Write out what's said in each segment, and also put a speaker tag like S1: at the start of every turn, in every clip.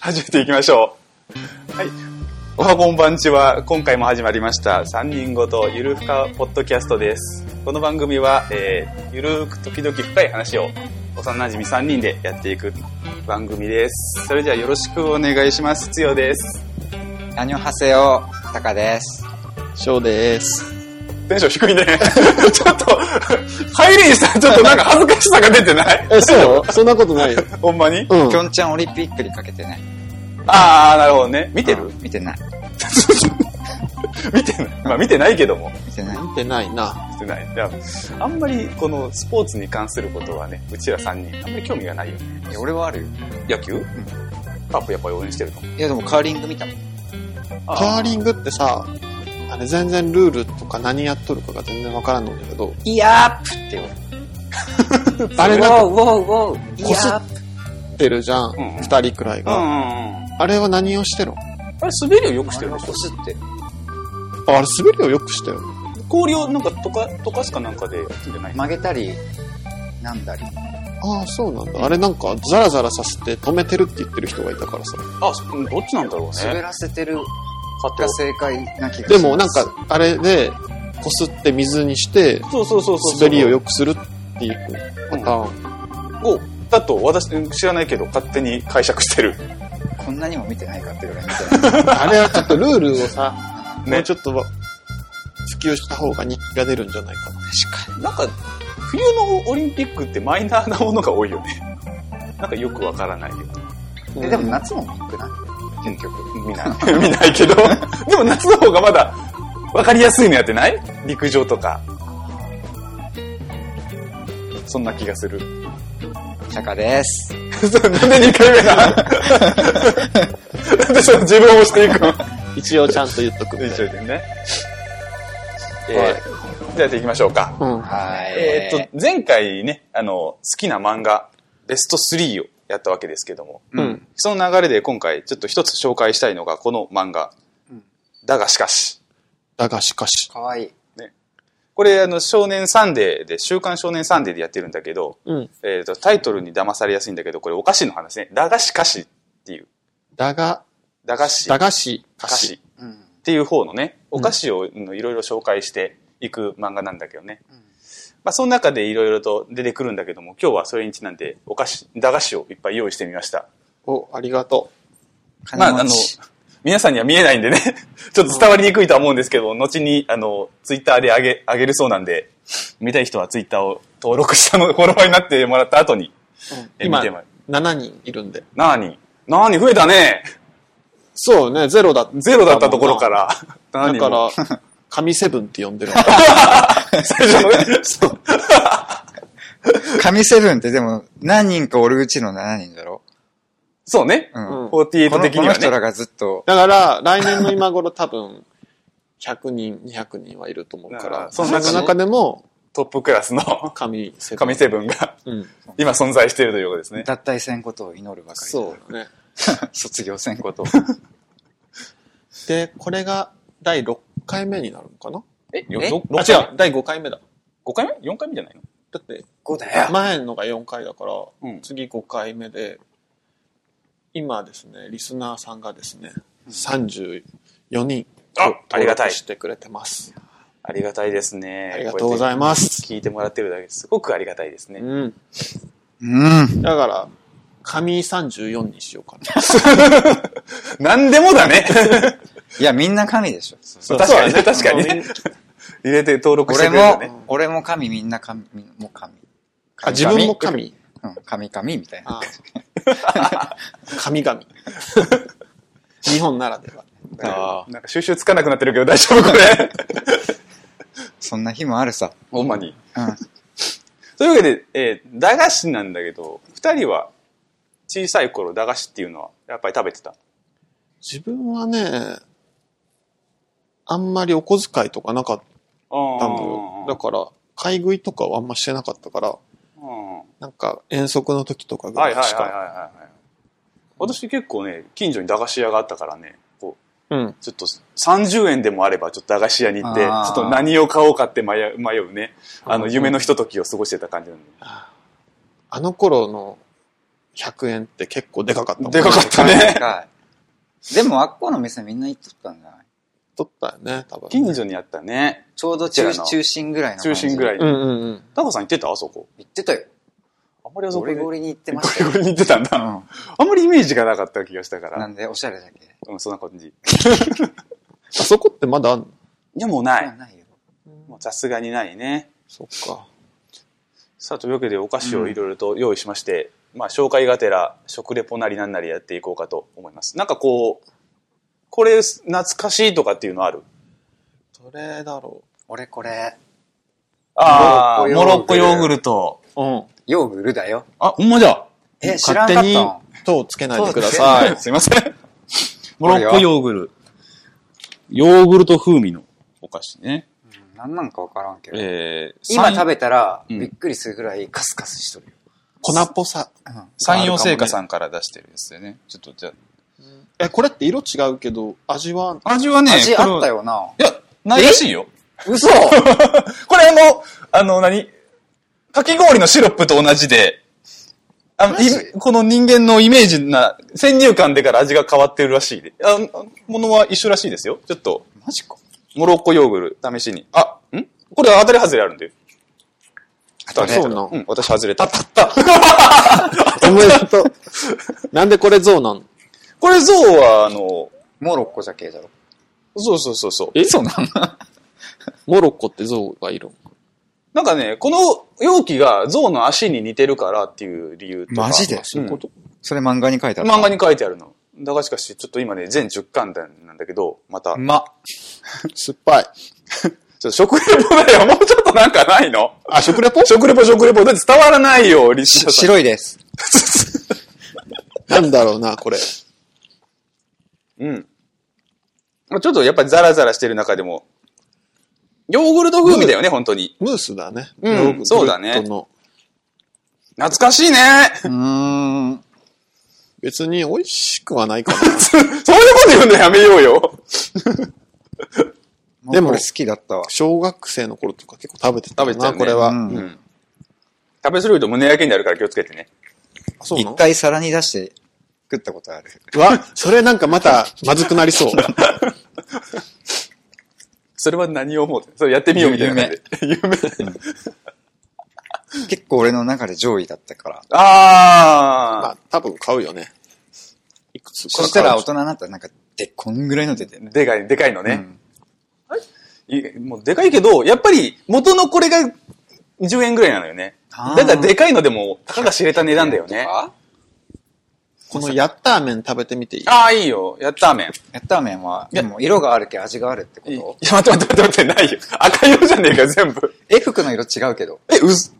S1: 始めていきましょう。はい。おはこんばんちは、今回も始まりました。3人ごとゆるふかポッドキャストです。この番組は、えー、ゆるく時々深い話を、幼馴染3人でやっていく番組です。それじゃあよろしくお願いします。つよです。
S2: アニョハセヨ、タカです。
S3: 翔です。
S1: テンション低いね。 ちょっと、入りにしたらちょっとなんか恥ずかしさが出てない
S3: え、そうそんなことない よ。
S1: ほんまに
S3: うん
S2: ピ。ョンチャンオリンピックにかけてね。
S1: あー、なるほどね。見て
S2: う
S1: る
S2: ん見てない。
S1: 見てない。まあ見てないけども。
S2: 見てない。
S3: 見てないな。
S1: してない。いや、あんまりこのスポーツに関することはね、うちら3人、あんまり興味がないよね。
S2: いや、俺はあるよ。
S1: 野球、カープやっぱり応援してるの。
S2: いや、でもカーリング見たもん。
S3: カー
S1: ン
S3: リングってさ、あれ全然ルールとか何やっとるかが全然わからんのだけど、
S2: イヤープって言わ
S3: あれ
S2: れる。ウ
S3: な
S2: ォ
S3: んか
S2: ーウォーウォー。イヤープ。
S3: ってるじゃん
S1: んうん。
S3: 二人くらい
S1: グうんうん
S3: が。
S1: うん。
S3: あれは何をしてるの
S1: あれ滑りをよくしてるでし
S2: こ
S1: ょ
S2: すって。
S3: ああれ滑りをよくしてる。
S1: 氷をなんか溶か、溶かすかなんかでやってんじゃない
S2: 曲げたり、なんだり。
S3: ああ、そうなんだ。あれなんかザラザラさせて止めてるって言ってる人がいたからさ。
S1: あ、そうんどっちなんだろう
S2: 滑
S1: ね。
S2: らせてる
S1: 加藤
S2: が正解な気がす
S3: で
S2: る。
S3: もなんか、あれで、こすって水にして、
S1: そうそうそうそう。
S3: 滑りをよくするっていうパターン。
S1: を、だと私、うん知らないけど勝手に解釈してる。
S2: こんなにも見てないかってぐらい見てない。
S3: あれはちょっとルールをさ、も
S1: ね
S3: う。ちょっとは普及した方が人気が出るんじゃないかな。
S1: なんか、冬のオリンピックってマイナーなものが多いよね。なんかよくわからないよ。
S2: えでも夏も見くない結局。
S1: 見ない。 見ないけど。でも夏の方がまだ分かりやすいのやってない陸上とか。そんな気がする。
S2: タカです。
S1: そうなんで2回目ななんでその自分を押していくの
S3: 一応ちゃんと言っとく
S1: 一応でね。えーじゃあやっていきましょうか。
S3: うん。
S2: はい。
S1: えーっと、前回ね、あの、好きな漫画、ベスト3をやったわけですけども、
S3: うん。
S1: その流れで今回ちょっと一つ紹介したいのがこの漫画。
S2: うん
S1: だがしかし。
S3: だがしかし。
S2: かわいい。
S1: これ、あの、少年サンデーで、週刊少年サンデーでやってるんだけど、
S3: うん。
S1: えっ、と、タイトルに騙されやすいんだけど、これお菓子の話ね。駄菓子菓子っていう。
S3: だが、
S1: 駄菓子
S3: だがし
S1: 菓
S3: か
S1: 子っ
S3: し。
S2: うん。
S1: ていう方のね、お菓子をうんいろいろ紹介していく漫画なんだけどね。
S2: うん
S1: まあ、その中でいろいろと出てくるんだけども、今日はそれにちなんで、お菓子、駄菓子をいっぱい用意してみました。
S3: お、ありがと
S1: ま
S2: 金
S1: あ、あ
S2: 持
S1: の
S2: ち。、
S1: 皆さんには見えないんでね、ちょっと伝わりにくいとは思うんですけど、後に、あの、ツイッターで上げ、上げるそうなんで、見たい人はツイッターを登録したの、フォロワーになってもらった後に、
S3: う。
S1: え
S3: 今
S1: 見てまい、
S3: 7人いるんで。
S1: なーに、なーに増えたね
S3: そうね、ゼロだ。
S1: ゼロだったところか。ら、なー
S3: だ
S1: に
S3: か
S1: も、
S3: ら、神セブンって呼んでる。
S1: 最初のね、そう
S2: 神セブンってでも何人かおるうちの7人だろ
S1: そうね、
S2: うん。
S3: うん
S1: 48
S2: この
S1: 的
S2: こ
S1: に
S2: の
S1: は
S2: 人
S1: ね、
S2: らがずっと、
S3: だから、来年の今頃多分、100人、200人はいると思うか
S1: あー
S3: ら、
S1: そ
S3: そ
S1: の
S3: の
S1: 中で
S3: 中でも、
S1: トップクラスの
S3: 神セブン。
S1: 神セブンが
S3: ブン。うん。
S1: 今存在しているということですね。
S2: 脱退せんことを祈るばかりだ
S3: そうね。
S2: 卒業せんことを。
S3: で、これが第6回目になるのかな
S1: え、よ
S2: え
S1: ろろ
S3: あ、違う、第5回目だ。
S1: 5回目 ?4 回目じゃないの
S3: だって、
S2: こうだよ。
S3: 前のが4回だから、
S1: うん
S3: 次5回目で、今ですね、リスナーさんがですね、34人、
S1: あありがたい
S3: 登録してくれてます。
S1: ありがたいですね。
S3: ありがとうござい
S1: ま
S3: ます。
S1: 聞いてもらってるだけですごくありがたいですね。
S3: うん。
S2: うん。
S3: だから、神34にしようか な。
S1: なんでもだね。
S2: いや、みんな神でしょ。
S1: 確かにね、確かにね。入れて登録して
S2: 俺
S1: くれるんだね。
S2: も、俺も神、みんな神、みんもう神。
S3: あ、自分も神。
S2: うん、神神みたいな。
S3: あ 神々。日本ならでは。
S1: ああなんか収集つかなくなってるけど大丈夫これ。
S2: そんな日もあるさ。
S1: ほんまに。
S2: うん。
S1: というわけで、えー駄菓子なんだけど、二人は小さい頃駄菓子っていうのはやっぱり食べてた。
S3: 自分はね、あんまりお小遣いとかなかっ
S1: あ
S3: たのよ。だから、買い食いとかはあんましてなかったから、
S1: うん
S3: なんか遠足の時とかぐ
S1: は
S3: ら
S1: いはいはい
S3: い
S1: はい
S3: し
S1: はい
S3: か。
S1: はい。私結構ね、近所に駄菓子屋があったからね、こう、
S3: うん。
S1: ちょっと30円でもあればちょっと駄菓子屋に行って、ちょ
S2: あー
S1: っと何を買おうかって迷う迷うね、あの
S3: うん
S1: 夢のひとときを過ごしてた感じなの。
S3: あの頃の100円って結構でかかったもん
S1: でかかったね
S2: かいでも、あっこの店みんな行っとったんじゃない
S3: 取ったよね、多分。
S1: 近所にあったね。
S2: ちょうど中中心ぐらいの
S1: 中心ぐら
S2: い。
S1: いに。
S3: うんうんうん。
S1: タコさん行ってたあそこ。
S2: 行ってたよ。
S1: あんまりあそ
S2: ゴ
S1: こ
S2: リ
S1: で。
S2: ゴリに行ってま
S1: ゴ
S2: した
S1: リ
S2: よ。
S1: ゴリに行ってたん
S2: う
S1: だ。
S2: ん。
S1: あんまりイメージがなかった気がしたか
S2: な
S1: ら。
S2: んで、おしゃれだっけ
S1: うん、そんな感じ。い
S3: あそこってまだあんの
S1: や、もうな
S2: そ
S1: い。
S2: うないよ。
S1: もうさすがにないね。
S3: そっか。
S1: さあ、というわけでお菓子をいろいろと用意しまして、まあ、紹介がてら、食レポなりなんなりやっていこうかと思います。なんかこう、これ懐かしいとかっていうのある
S3: どれだろ
S2: 俺これ、
S1: ああ、モ
S2: モ
S1: ロッ
S2: ロッ
S1: コ
S2: コ
S1: ヨ
S2: ヨ
S1: ー
S2: ー
S1: グ
S2: グ
S1: ルト。
S3: う。うん。
S2: ヨーグルだよ。
S1: あ、ほんまじゃ。
S2: え、知らんか
S3: 勝
S2: っ
S3: 手
S2: た
S3: に
S2: ん
S3: 糖つけないでくださ
S1: はい、 すいません。モロッコヨーグル。ヨーグルト風味のお菓子ね。
S2: うんなんなんかわからんけど。
S1: えー、
S2: 今
S1: 三
S2: 食べたら、
S1: うん
S2: びっくりするぐらいカスカスしとるよ。
S3: い。粉っぽさ。
S2: うん
S1: 山陽製菓さんから出してるやつだよね。ちょっとじゃ
S3: え、これって色違うけど、味は、
S1: あ。味はね、
S2: 味あった
S1: よ。
S2: よな。
S1: いや、ないらしいよ。
S2: 嘘
S1: これあの、あの、何かき氷のシロップと同じで、あの、
S2: マジ
S1: いこの人間のイメージな、先入観でから味が変わってるらしいで。あものは一緒らしいですよ。ちょっと、
S2: マジか。
S1: モロッコヨーグル、試しに。あ、んこれ当たり外れあるんで。当た
S2: たね
S1: り外れ
S3: そうなん
S1: うん、私外れた。
S3: おめでとう。 なんでこれ像なん
S1: これゾウは、あの、
S2: モロッコじゃけえじゃろ。
S1: そうそうそうそう。
S3: え
S2: そうなの
S3: モロッコって像がいる
S1: なんかね、この容器がゾウの足に似てるからっていう理由とか。
S2: マジで
S1: そういうこと、
S2: それ漫画に書いてあった。
S1: 漫画に書いてあるの。だがしかし、ちょっと今ね、全10巻なんだけど、また。ちょっ
S2: うま。
S3: 酸っぱい。
S1: と食レポだ よ、もうちょっとなんかないの
S3: あ、食レポ
S1: 食レポ、食レポ。だって伝わらないよ、リス
S2: し
S1: ナーさん。
S2: 白いです。
S3: なんだろうな、これ。
S1: うん。まあちょっとやっぱりザラザラしてる中でも、ヨーグルト風味だよね、本当に。
S3: ムースだね。
S1: うん
S3: ヨーグルト
S1: そうだね
S3: の
S1: 懐かしいね
S2: うーん。
S3: 別に美味しくはないか
S1: そういうこと言うのやめようよ。
S3: で
S2: で
S3: も
S2: も、好きだったわ
S3: な。。小学生の頃とか結構食べてたな。
S1: 食べてたよね
S3: これは。
S2: うん
S1: うん。食べすぎると胸焼けになるから気をつけてね。
S3: あそうな
S2: 一
S3: の
S2: 回皿に出して食ったことある。
S3: うわ、それなんかまたまずくなりそう。
S1: それは何を思うそれやってみようみたいな感じで。夢。
S2: 結構俺の中で上位だったから。
S1: あ
S3: まあ、多分買うよね。いくつか
S2: そしたら大人になったらなんか、で、こんぐらいの出てる。
S1: でかい、でかいの
S2: う
S1: ね。
S2: ん
S1: いもうでかいけど、やっぱり元のこれが10円ぐらいなのよね。
S2: あー
S1: だからでかいのでも、たかが知れた値段だよね。
S2: あ
S3: このやったー麺食べてみていい
S1: ああ、いいよ。やったーメン。
S2: やったー麺は、でも色があるけ味があるってこ
S1: いいや、待って
S2: と
S1: 待って待って待って、ないよ。赤色じゃねえか、全部。
S2: え、服の色違うけど。
S1: え、うす、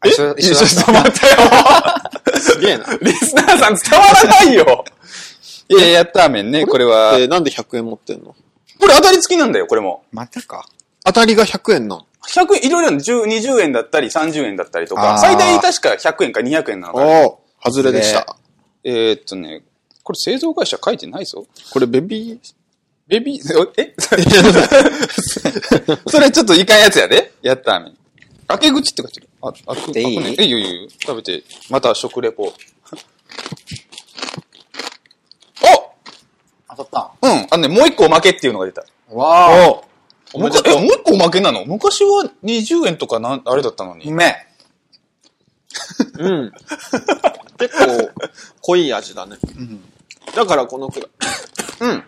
S2: あ一緒
S1: ち
S2: 一
S1: ょ
S2: 緒だ
S1: っ
S2: っ
S1: と待ってよ。
S3: すげえな。
S1: リスナーさん伝わらないよ。いや、やったーメンね、これは。
S3: えーなんで100円持ってんの
S1: これ当たり付きなんだよ、これも。
S2: またか。
S3: 当たりが100円なん。
S1: 100円、いろいろなの10 20円だったり30円だったりとか
S2: あ、ー
S1: 最大確か100円か200円なのかな。
S3: おお外れでした。
S1: えーっとね、これ製造会社書いてないぞ。
S3: これベビー、
S1: ベビー、 えそれちょっといかんやつやで。やったーめん。開け口って書いてる。あ、開く
S2: でいい
S1: 開くねえいよいいよ。食べて。また食レポ。
S2: 当たっ
S1: あうん。あのね、もう一個おまけっていうのが出た。
S2: たん。わあ。
S1: おめでとうえ、もう一個おまけなの昔は20円とかなん、あれだったの
S2: う
S1: に。
S2: めえ。
S3: うん。 結構濃い味だね。だからこのくらい。
S1: うん。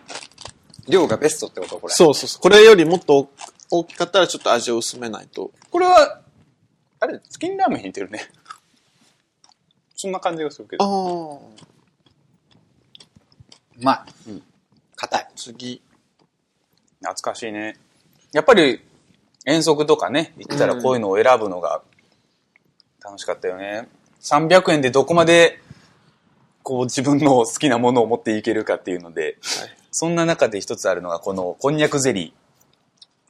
S2: 量がベストってことこれ。
S3: そうそうそう。これよりもっと大きかったらちょっと味を薄めないと。
S1: これは、あれ、チキンラーメンに似てるね。そんな感じがするけど。
S3: ああ。
S2: うまい。硬い。
S3: 次。
S1: 懐かしいね。やっぱり遠足とかね、行ったらこういうのを選ぶのが楽しかったよね。300円でどこまでこう自分の好きなものを持っていけるかっていうので、
S3: はい
S1: そんな中で一つあるのがこのこんにゃくゼリ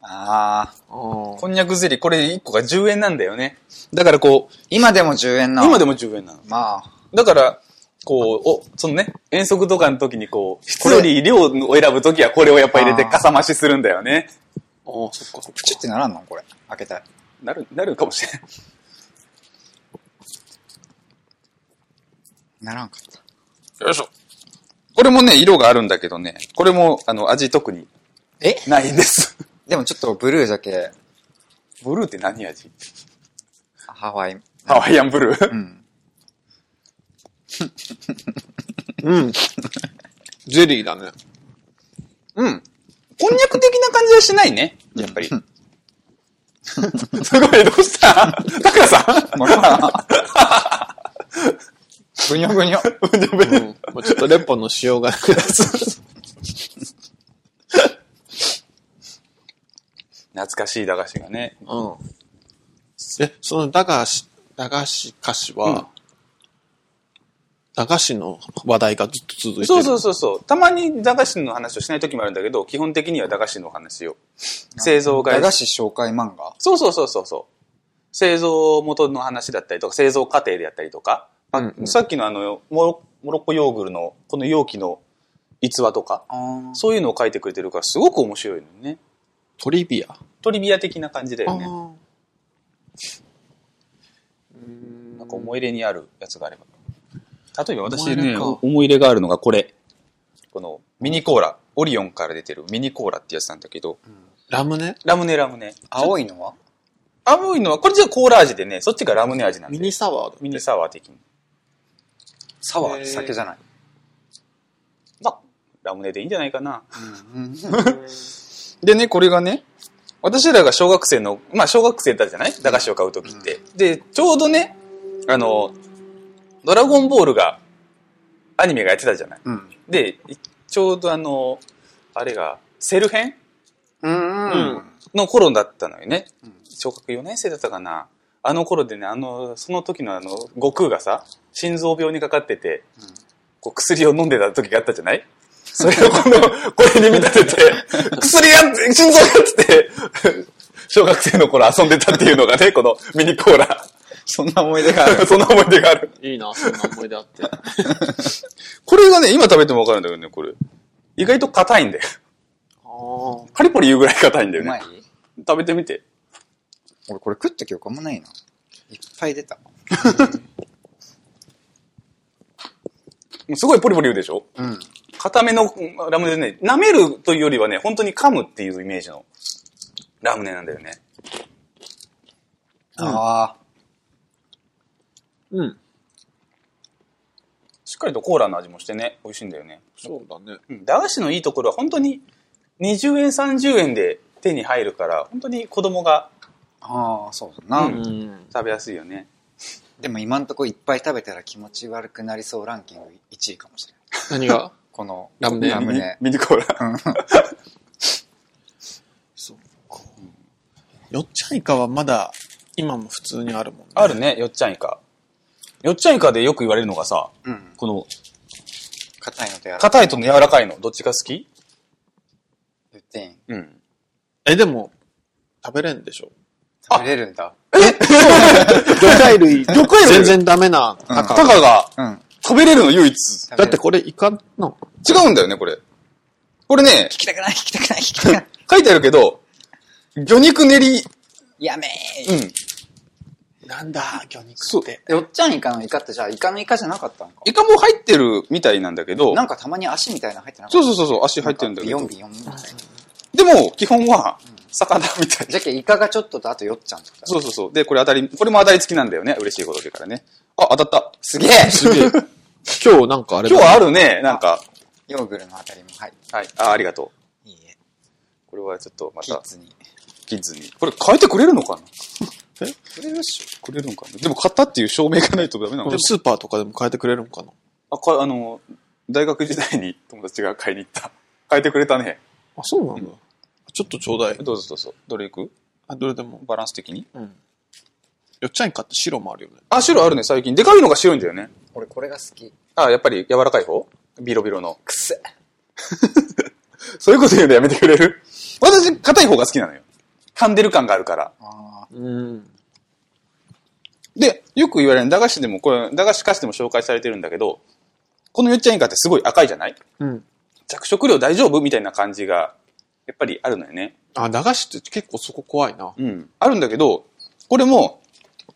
S2: ああ。
S1: ー。
S3: あ
S1: こんにゃくゼリー、これ1個が10円なんだよね。だからこう、
S2: 今でも10円な。
S1: 今で
S2: も。
S1: も10円なの。
S2: まあ。
S1: だから、こう、お、そのね、遠足とかの時にこう、質より量を選ぶ時はこれをやっぱ入れて
S2: あー
S1: かさ増しするんだよね。
S3: あー、そっかそっ
S2: プチ
S3: か。
S2: ってならんのこれ。開けたい。
S1: なる、なるかもしれない。
S2: ならんかった。
S1: よいしょ。これもね、色があるんだけどね、これも、あの、味特に
S2: え
S1: ないんです。
S2: でもちょっとブルーだけ、
S1: ブルーって何味
S2: ハワ イ。
S1: ハワイアンブルー。
S2: うん。
S3: うん。ゼリーだね。
S1: うん。こんにゃく的な感じはしないね。やっぱり。 すごい、どうした 高田さん
S2: わからん。ぐにょぐにょ。
S3: うん。もうちょっとレポのしようがない。
S1: 懐かしい駄菓子がね。
S3: うん。え、その駄菓子、駄菓子歌詞は、
S1: うん
S3: 駄菓子の話題がずっと続いてる。
S1: そうそうそうそう。たまに駄菓子の話をしない時もあるんだけど、基本的には駄菓子の話を。製造会
S2: 駄
S1: 社
S2: 菓子紹介漫画
S1: そうそうそうそうそう。製造元の話だったりとか、製造過程であったりとか、まあ
S3: うんうん
S1: さっきのあのモロ、モロッコヨーグルのこの容器の逸話とか、
S2: あ
S1: そういうのを書いてくれてるからすごく面白いのね。
S3: トリビア。
S1: トリビア的な感じだよね。
S3: あーうん
S1: なんか思い入れにあるやつがあれば。例えば
S3: 思
S1: 私
S3: い入
S1: ね、
S3: れか
S1: 思い入れがあるのがこれ。このミニコーラ。オリオンから出てるミニコーラってやつなんだけど、
S3: ラムネ
S1: ラムネラムネ。
S2: 青いのは
S1: 青いのは、これじゃコーラ味でね、そっちがラムネ味なんで。
S3: ミニサワーだ
S1: ミニサワー的に。
S2: サワーって
S3: へー
S2: 酒じゃない。
S1: まあ、ラムネでいいんじゃないかな。
S2: うん
S1: でね、これがね、私らが小学生の、まあ小学生だったじゃない駄菓子を買うときって、で、ちょうどね、あの、ドラゴンボールが、アニメがやってたじゃない。
S2: うん。
S1: で、いちょうどあの、あれが、セル編
S2: うん。うん。
S1: の頃だったのよね
S2: うん。
S1: 小学4年生だったかな。あの頃でね、あの、その時のあの、悟空がさ、心臓病にかかってて、
S2: うん
S1: こう薬を飲んでた時があったじゃないそれをこの、 これに見立てて、薬やん、心臓やっつって、小学生の頃遊んでたっていうのがね、このミニコーラ。
S2: そんな思い出がある。
S1: そんな思い出がある。
S3: いいな、そんな思い 出あって。
S1: これがね、今食べてもわかるんだけどね、これ。意外と硬いんだよ。
S3: あ
S1: カリポリ言うぐらい硬いんだ
S2: う
S1: よ
S2: まい
S1: ね。食べてみて。
S2: 俺これ食った記憶あんまないな。いっぱい出た。
S1: もうすごいポリポリ言うでしょ
S2: うん。
S1: 固めのラムネでね、舐めるというよりはね、本当に噛むっていうイメージのラムネなんだよね。
S2: ああ。
S3: うん。
S1: しっかりとコーラの味もしてね、美味しいんだよね。
S3: そうだね。
S1: うん、駄菓子のいいところは本当に20円、30円で手に入るから、本当に子供が
S2: ああ、そうだな。
S1: うん
S3: ん。
S1: 食べやすいよね。
S2: でも今んとこいっぱい食べたら気持ち悪くなりそうランキング1位かもしれない。
S3: 何が
S2: この
S3: ラムネ
S2: ラムネ。
S1: ミニコーラ。
S3: そうか。よっちゃんいかはまだ、今も普通にあるもんね。
S1: あるね、よっちゃんイカ。よっちゃんイカでよく言われるのがさ、
S2: うん。
S1: この、
S2: 硬いのとやら
S1: 硬いとの柔らかいの、どっちが好き
S2: 言っていい
S1: うん。
S3: え、でも、食べれんでしょ
S2: 食べれるんだ。
S3: 魚介類。 魚
S1: 介類
S3: 全然ダメな。
S2: うん
S1: タカが
S2: うん。
S1: 食べれるの唯一。
S2: だ
S3: だってこれイカの。
S1: 違うんだよね、これ。これね
S2: 聞、きたくない、聞きたくない、聞きたくない。
S1: 書いてあるけど、魚肉練り、
S2: やめー。
S1: うん。
S3: なんだ、魚肉
S1: そう。
S2: よっちゃんイカのイカってじゃあイカのイカじゃなかったのか
S1: イカも入ってるみたいなんだけど、
S2: なんかたまに足みたいなの入ってなかった
S1: そうそうそうそう、足入ってるんだけ
S2: ビヨ
S1: ど
S2: ン。ビヨンみたいな。
S1: でも、基本は、魚みたい。
S2: じゃけイカがちょっととあとよっちゃんとか。
S1: そうそうそう。で、これ当たり、これも当たり付きなんだよね。嬉しいことだからね。あ、当たった。
S2: すげえ
S3: す げえ。今日なんかあれだ
S1: 今日はあるね、なんか。
S2: ヨーグルのあたりも。はい。
S1: はい。あ、ありがと
S2: いいえ。
S1: う。これはちょっとま
S2: キッ
S1: た、
S2: ズに。
S1: キッズに。これ変えてくれるのかな
S2: これよし。
S1: くれるのかなでも買ったっていう証明がないとダメなの
S3: これスーパーとかでも買えてくれるのかな
S1: あ、か、あの、大学時代に友達が買いに行った。変えてくれたね。
S3: あ、そうなんだ。ちょっとちょうだい。
S1: どうぞどうぞ。どれいく
S3: あ、どれでも。
S1: バランス的に
S3: うん。よっちゃんイカって白もあるよね。
S1: あ、白あるね、最近。でかいのが白いんだよね。
S2: 俺これが好き。
S1: あ、やっぱり柔らかい方ビロビロの。
S2: くせ。
S1: そういうこと言うのやめてくれる私、硬い方が好きなのよ。噛んでる感があるから。
S2: あー
S3: うん。
S1: で、よく言われる、駄菓子でも、これ、駄菓子菓子でも紹介されてるんだけど、このよっちゃんイカってすごい赤いじゃない
S3: うん。
S1: 着色料大丈夫みたいな感じが、やっぱりあるのよね。
S3: あ、駄菓子って結構そこ怖いな。
S1: うん。あるんだけど、これも、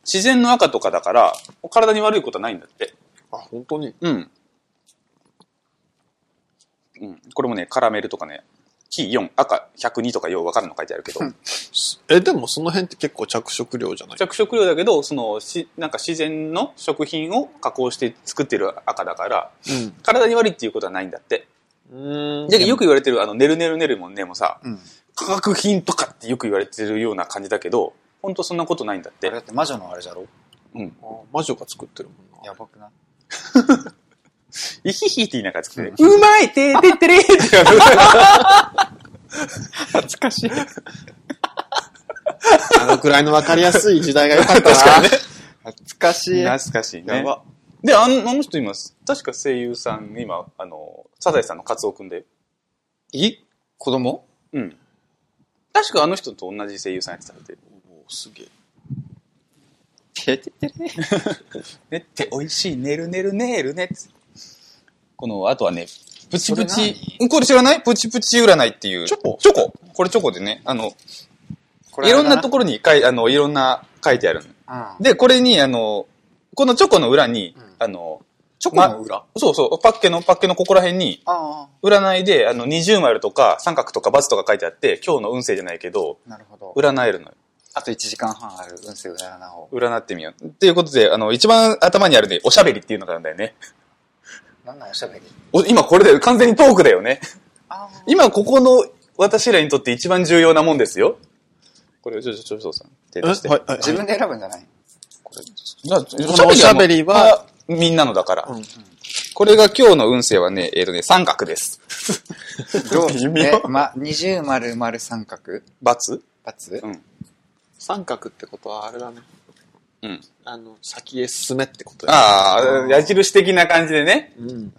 S1: 自然の赤とかだから、体に悪いことはないんだって。
S3: あ、本当に
S1: うん。うん。これもね、カラメルとかね、キー4、赤102とかよう分かるの書いてあるけど、
S3: え、でもその辺って結構着色料じゃない
S1: 着色料だけど、その、し、なんか自然の食品を加工して作ってる赤だから、体に悪いっていうことはないんだって。
S3: うん。
S1: じゃあよく言われてる、あの、ねるねるねるもんねもさ、
S2: うん。
S1: 化学品とかってよく言われてるような感じだけど、本当そんなことないんだっ
S2: あれ
S1: て
S2: だ。って魔女のあれじゃろ
S3: あ魔女が作ってるもんな。
S2: やばくない
S1: イヒヒって言いながら作ってる。うまいてーてってれーってやる。
S2: 懐かしい。
S3: あのくらいの分かりやすい時代が良かったな。
S2: 懐かしい。
S1: 懐かしいね。
S2: やば。
S1: で、あのあの人います。確か声優さん、今、あの、サザエさんのカツオくんで。
S2: い子供
S1: うん。確かあの人と同じ声優さんやってたんで。
S3: おーすげ
S2: て
S3: え。
S2: ててて
S1: ねって美味しい、ねるねるねるねって。この、あとはね、プチプ
S2: それ
S1: チ。うんこれ知らないプチプチ占いっていう。チョコチョコこれチョコでね、あの、
S2: こ
S1: いろんなと
S2: こ。
S1: ころに書い、あの、いろんな書いてあるの。
S2: うん。
S1: で、これに、あの、このチョコの裏に、
S2: ん
S1: あの、
S2: チョコの裏あ
S1: そうそう、パッケの、パッケのここら辺に、
S2: あ
S1: 占いで、あの、二重丸とか、三角とか、×とか書いてあって、今日の運勢じゃないけど、
S2: ー。なるほど。
S1: 占えるのよ。
S2: あと1時間半ある運勢占な方。
S1: 占ってみよう。っていうことで、あの、一番頭にあるね、おしゃべりっていうのがあるんだよね。
S2: なんなんおしゃべり
S1: お今これだよ。完全にトークだよね。
S2: ああ。
S1: 今ここの、私らにとって一番重要なもんですよ。これを、ちょ、ちょ、ちょ、ちょ、さん。手出して。
S3: えはい、はい。
S2: 自分で選ぶんじゃない
S1: じゃあ
S3: このおしゃべりは、
S1: みんなのだから。
S3: うん
S1: これが今日の運勢はね、えっ、とね、三角です。
S2: どう
S1: 微妙
S2: えま、二重丸丸三角
S1: ×?
S2: バツ
S1: うん。
S3: 三角ってことはあれだね。
S1: うん。
S3: あの、先へ進めってことだね。
S1: ああ、矢印的な感じでね。
S3: うん。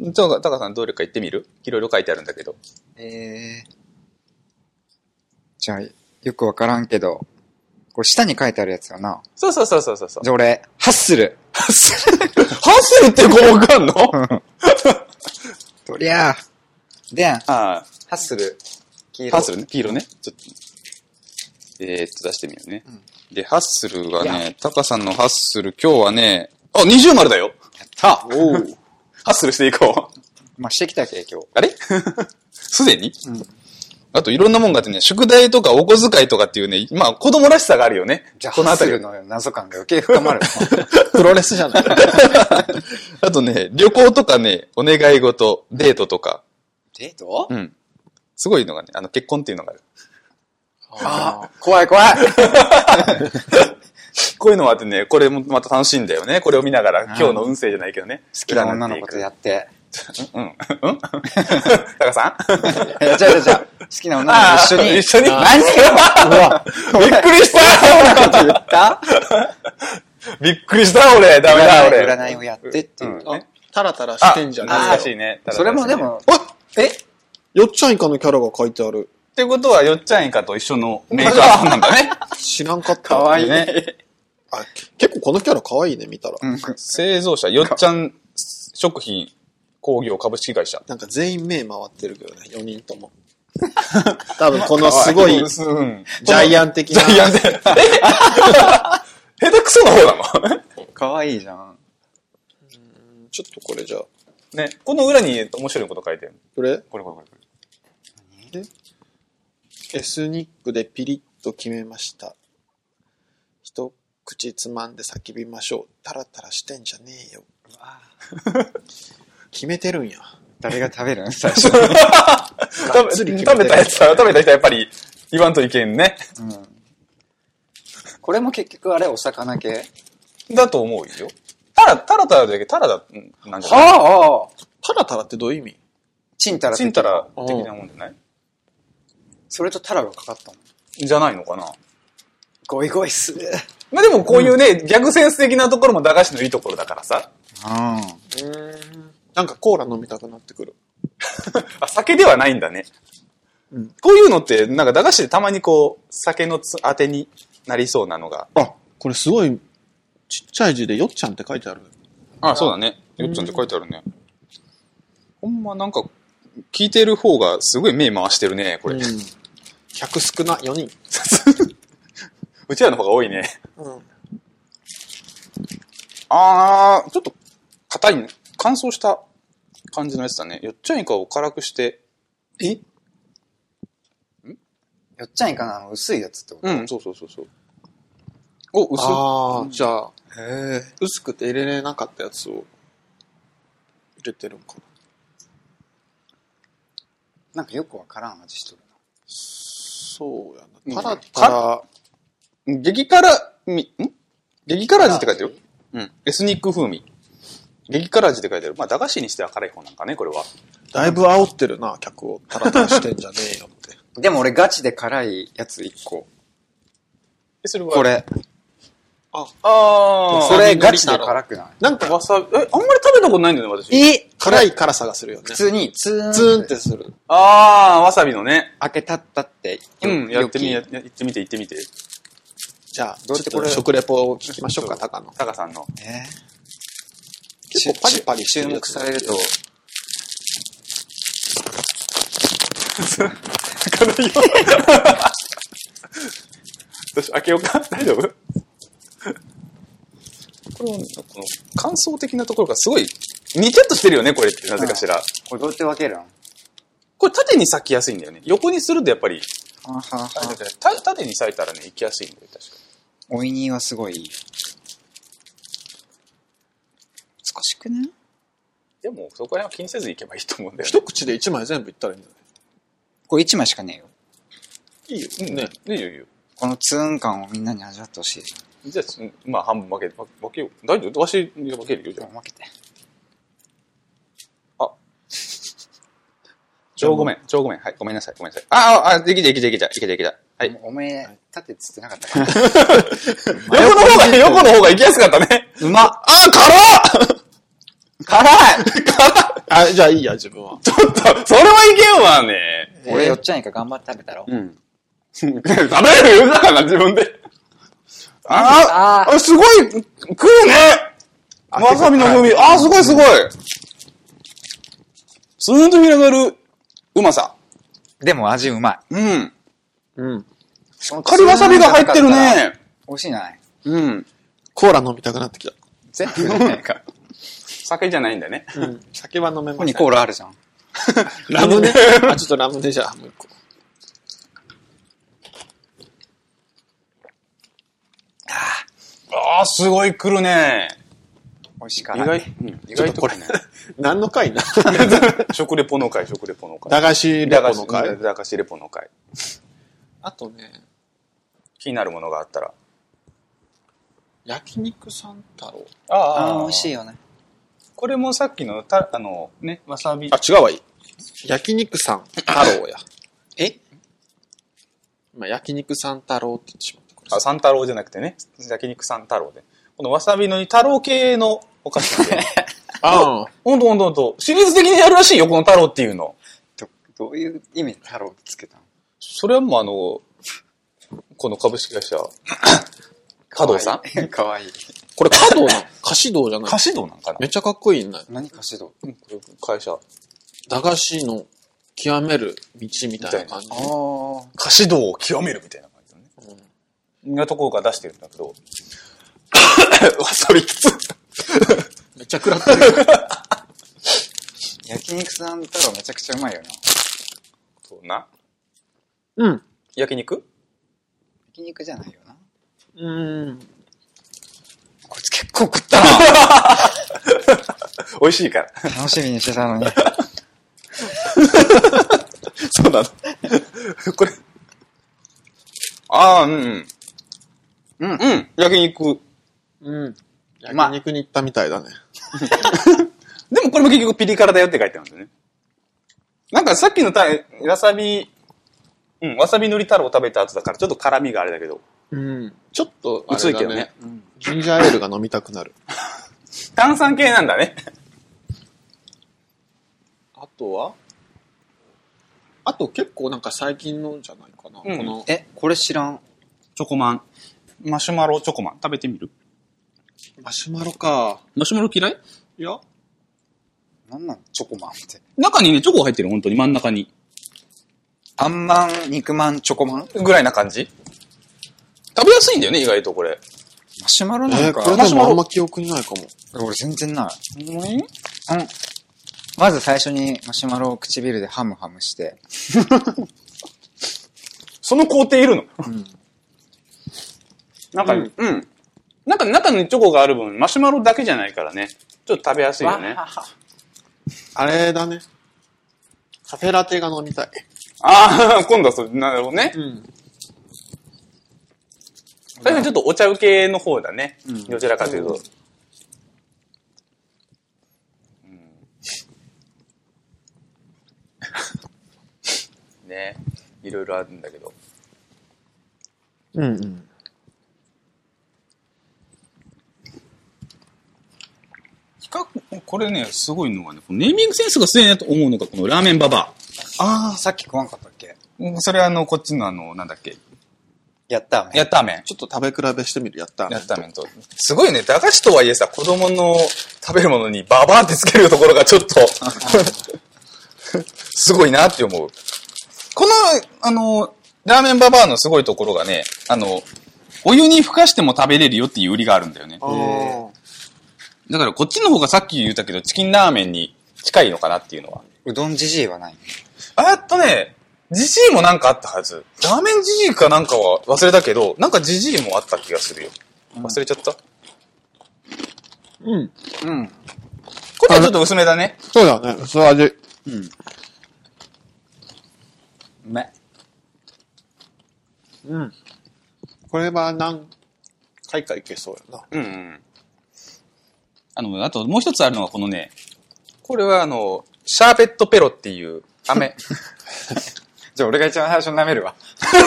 S1: うん。とか、タカさんどれか言ってみるいろいろ書いてあるんだけど。
S2: えー。じゃあ、よくわからんけど、これ下に書いてあるやつよな。
S1: そうそうそう そうそうそう。
S2: じゃあ俺、ハッスル。
S1: ハッスル、ハッスルってこうわかんの
S2: とりゃあ。で、ハ
S1: ああ、
S2: ッスル。黄色
S1: ハッスルね、黄色ね。ちょっと、えーっと出してみようね。で、ハッスルが
S2: い
S1: ね、タカさんのハッスル、今日はね、あ、二重丸だよ
S2: た
S1: おハッスルしていこう。
S2: まあ、してきたけ、今日。
S1: あれ すでに、あといろんなもんがあってね、宿題とかお小遣いとかっていうね、まあ子供らしさがあるよね。
S2: じゃあ、
S1: こ
S2: こ
S1: の
S2: の
S1: あた
S2: 辺
S1: り
S2: り。の謎感が余計深 まる。
S3: プロレスじゃない。
S1: あとね、旅行とかね、お願い事、デートとか。
S2: デート
S1: うん。すごいのがね、あの、結婚っていうのがある。
S2: あー怖い怖い。
S1: こういうのもあってね、これもまた楽しいんだよね。これを見ながら、今日の運勢じゃないけどね。
S2: 好きな女の子とやって。
S1: うん。うんタカさん
S2: いや、じゃあじゃあじゃあ好きな女の子と一緒に。
S1: あー 一緒に
S2: 何う わ。
S1: びっくりした
S2: 言った
S1: びっくりした俺ダメだ俺。
S2: 占い占いをやってっていう
S1: うん
S3: あ、タラタラ
S1: あ、
S3: してんじゃねえよ
S1: 懐かしいね。
S2: それもでも、
S1: え
S3: よっちゃん以下のキャラが書いてある。
S1: ってことは、よっちゃんイカと一緒のメイクアップなんだね。
S3: 知らんかった。
S2: かわいい。
S1: ね。
S3: あ結構このキャラ可愛いね、見たら。
S2: うん。
S1: 製造者、よっちゃん食品工業株式会社。
S3: なんか全員目回ってるけどね、4人 とも。多分このすごい、ジ
S1: うん。
S3: ャイアン的な。
S1: ジャイアンで。え 下手くそな方なの
S2: かわいいじゃん。
S3: ちょっとこれじゃあ、
S1: ね。この裏に面白いこと書 いてる
S3: これ
S1: これこれこれ。
S3: エスニックでピリッと決めました。一口つまんで叫びましょう。タラタラしてんじゃねえよ。決めてるんや。
S2: 誰が食べるん最初。
S1: 食べ
S3: つり決
S1: 食
S3: めて
S1: べたやつは、食べた人はやっぱり言わんといけんね。
S2: うん。これも結局あれ、お魚系
S1: だと思うよ。タラ、タラタラだけど、タラだ、うんなんじゃない
S2: はあ
S3: タラタラってどういう意味
S2: チンタラ
S1: チンタラ的なもんじゃない
S2: それとタラがかかったの。
S1: じゃないのかな
S2: ゴイゴイする。
S1: まあでもこういうね、ギャグセンス的なところも駄菓子のいいところだからさ。
S2: う
S3: なんかコーラ飲みたくなってくる。
S1: あ、酒ではないんだね。
S3: うん
S1: こういうのって、なんか駄菓子でたまにこう、酒のつ当てになりそうなのが。
S3: あ、これすごいちっちゃい字でよっちゃんって書いてある。
S1: あそうだね。よっちゃんって書いてあるね。ほんまなんか、聞いてる方がすごい目回してるね、こ
S3: こ
S1: れ。
S3: れ。100少な、4人。
S1: うちらの方が多いね。
S3: うん。
S1: あー、ちょっと硬いね。乾燥した感じのやつだね。よっちゃんいかを辛くして。え
S2: よっちゃんいかなあの薄いやつってこ
S1: うん、そうそうそうそう。お、薄っ
S3: ああ、じゃあ、
S2: とへえ。
S3: 薄くて入れれなかったやつを入れてるんかな。
S2: なんかよくわからん味しとるな。
S3: そう
S1: うん
S3: やな。ただただ、
S1: 激辛み、ん激辛味って書いてるうん。エスニック風味。激辛味って書いてある。まあ、駄菓子にしては辛い方なんかね、これは。
S3: だいぶ煽ってるな、客をタラタラしてんじゃねえよって。
S2: でも俺ガチで辛いやつ一個。
S1: え、それは
S2: こ。れ。
S1: あー。
S2: それガチで辛くな
S3: なんか
S1: わさび、え、あんまり食べたことないんだよね、私。
S2: いえ
S3: 辛い辛さがするよね
S2: 普。通にツーン
S3: ツーンってする。
S1: あー、わさびのね。
S2: 開けたったって。
S1: うん、やってみ、や
S2: よ
S1: ややってみて、やってみて。
S3: じゃあ、ち
S2: どう
S3: ょっ
S2: やって
S3: と
S2: これ
S3: 食レポを聞きましょうか、高野。
S1: タカさん の。
S2: き。ね
S3: 結構パリパリして
S2: 注
S3: るや
S2: 目
S3: つ
S2: されると、
S1: 辛いよ。どうしよう開けようか 大丈夫これはねこの感想的なところがすごい、にちゃっとしてるよね、これって、なぜかしら。
S2: これどうやって分けるの
S1: これ縦に咲きやすいんだよね。横にするとやっぱり、
S2: ははは
S1: あれだけどた縦に咲いたらね、行きやすいんだよ、確か
S2: おいにはすごい。少しくない
S1: に。でも、そこら辺は気にせず行けばいいと思うんだよね。
S3: 一口で一枚全部いったらいいんじゃ
S2: これ一枚しかねえ
S1: い
S2: よ。
S1: いよ。うん、ね
S3: ね。
S1: いいよ、いいよ。
S2: このツーン感をみんなに味わってほしい。
S1: じゃあ、うんまあ、半分分け、分分けよう。大丈夫わし、分けるよ、じゃ
S2: 分
S1: あ。
S2: けて。
S1: 超ごめん、超ごめん。はい、ごめんなさい、ごめんなさい。ああ、あ、できた、できた、できた、できた、できた。はい。
S2: お前、縦つってなかったから。
S1: 横の方が、横の方が行きやすかったね。
S2: うまっ
S1: ああ、辛っ
S2: 辛
S3: ないあ、じゃあいいや、自分は。
S1: ちょっと、それはいけんわね。
S2: い俺、よっちゃんいか頑張って食べたろ。
S1: うん。食べる言うたかな、自分で。あ
S2: あ
S1: あ、すごい、食うねわさびの風味。ああ、すごいすごい。スーンと広がるうまさ。
S2: でも味うまい。
S1: うん。
S3: うん。
S2: しっ
S1: カリわさびが入ってる。ね。
S2: 美味しいない
S1: うん。
S3: コーラ飲みたくなってきた。
S2: 全部飲んないか。
S1: 酒じゃないんだね。
S3: うん。酒は飲め
S2: こ
S3: ま
S2: こ
S3: せ
S2: に
S3: ん。
S2: コーラあるじゃん。
S3: ラムネ。 あ、ちょっとラムネじゃあ、もう一個。
S1: ああ、すごい来るね。
S2: 美味しい
S1: 意
S2: から。
S1: 外、うん意外とこれね。
S3: 何の回な
S1: 食レポの会、食レポの会。
S3: 駄菓子レポの回。
S1: 駄菓子レポの会。
S3: あとね、
S1: 気になるものがあったら。
S3: 焼肉三太郎。
S2: ああ、美味しい
S1: い。
S2: よね。
S1: これもさっきの、た、あの、ね、わさび。
S3: あ、違うわ、いい。焼肉三太郎や。
S2: え
S3: 今、焼肉三太郎って言ってしまった。これ
S1: あ、三太郎じゃなくてね、焼肉三太郎で。このわさびのに太郎系のお菓子なんで。
S3: ああ。
S1: ほんとほんとほんと。シリーズ的にやるらしいよ、この太郎っていうの。
S2: ど、どういう意味で太郎ってつけたの
S1: それはもうあの、この株式会社、加藤さん
S2: んかわいい。
S3: これ、華道なの菓子道じゃない
S1: 菓子道なんかな
S3: めっちゃかっこいいね。
S2: 何かしら。
S1: うんこれ会社。
S3: 駄菓子の極める道みたいな感じ。
S2: ああ。
S1: 菓子道を極めるみたいな感じだね。
S3: うん
S1: なところから出してるんだけど。わさびきつ。
S3: めっちゃ食らってる。
S2: 焼肉さん太郎めちゃくちゃうまいよな。
S1: そうな。
S3: うん。
S1: 焼肉
S2: 焼肉じゃないよな。
S3: うん。
S2: こいつ結構食った
S1: 美味しいから。
S2: な。楽しみにしてたのに。
S1: そうなの。これ。ああ、うんうん。うん、うん。焼肉。
S3: うん。
S2: まあ
S3: 焼肉に行ったみたいだね。
S1: でもこれも結局ピリ辛だよって書いてあるんだよね。なんかさっきのた、わさび、うん、わさびのり太郎食べた後だからちょっと辛みがあれだけど。
S3: うん。ちょっと、あ
S1: 薄
S3: れ
S1: いけど
S3: だ
S1: ね
S3: ね。。ジンジャーエールが飲みたくなる。
S1: 炭酸系なんだね。
S3: あとはあと結構なんか最近のじゃないかな。
S1: うん
S3: この、
S2: え、これ知らん。
S1: チョコマン。マシュマロチョコマン。食べてみる
S3: マシュマロか。
S1: マシュマロ嫌い
S3: いや、
S2: なんなんチョコマンって。
S1: 中にね、チョコ入ってる、本当に真ん中に。
S2: あんまん、肉まん、チョコマン
S1: ぐらいな感じ食べやすいんだよね、意外とこれ。
S2: マシュマロな
S3: え
S2: の
S3: ー、
S2: か、
S3: これでもあんま記憶にないかも。
S2: 俺全然ない。うん。まず最初にマシュマロを唇でハムハムして、
S1: その工程いるの
S2: うん、
S1: なんか、
S3: うん
S1: うん。なんか中にチョコがある分、マシュマロだけじゃないからね。ちょっと食べやすいよね。
S2: わ
S1: あ
S2: はは
S3: あれだね。カフェラテが飲みたい。
S1: あー、今度はそう、なるほどね。
S3: うん。
S1: 確かにちょっとお茶受けの方だね。
S2: うん
S1: どちらかというと。うんねいろいろあるんだけど。
S3: うんうん。
S1: 比較、これね、すごいのがね、このネーミングセンスがすでになと思うのが、このラーメンババ
S2: あー、さっき食わんかったっけ
S1: ア。それはあの、こっちのあの、なんだっけ、
S2: やった。
S1: やったーメン。
S3: ちょっと食べ比べしてみる、やった。
S1: やった麺と。すごいね、駄菓子とはいえさ、子供の食べるものにババーンってつけるところがちょっと、 すごいなって思う。この、あの、ラーメンババアのすごいところがね、あの、お湯にふかしても食べれるよっていう売りがあるんだよね。
S3: あー
S1: だからこっちの方がさっき言ったけど、チキンラーメンに近いのかなっていうのは。
S2: うどんじじいはない。
S1: あっとね、ジジイもなんかあったはず。ラーメンジジイかなんかは忘れたけど、なんかジジイもあった気がするよ。忘れちゃった、こ
S3: うん。
S2: うん。
S1: れはちょっと薄めだね。
S3: そうだね。そう味。
S2: うん。うめ。
S3: うん。これは何回かいけそうやな。
S1: うんうん。あの、あともう一つあるのはこのね、これはあの、シャーベットペロっていう飴。
S2: じゃあ俺が一番最初に舐めるわ。
S1: 回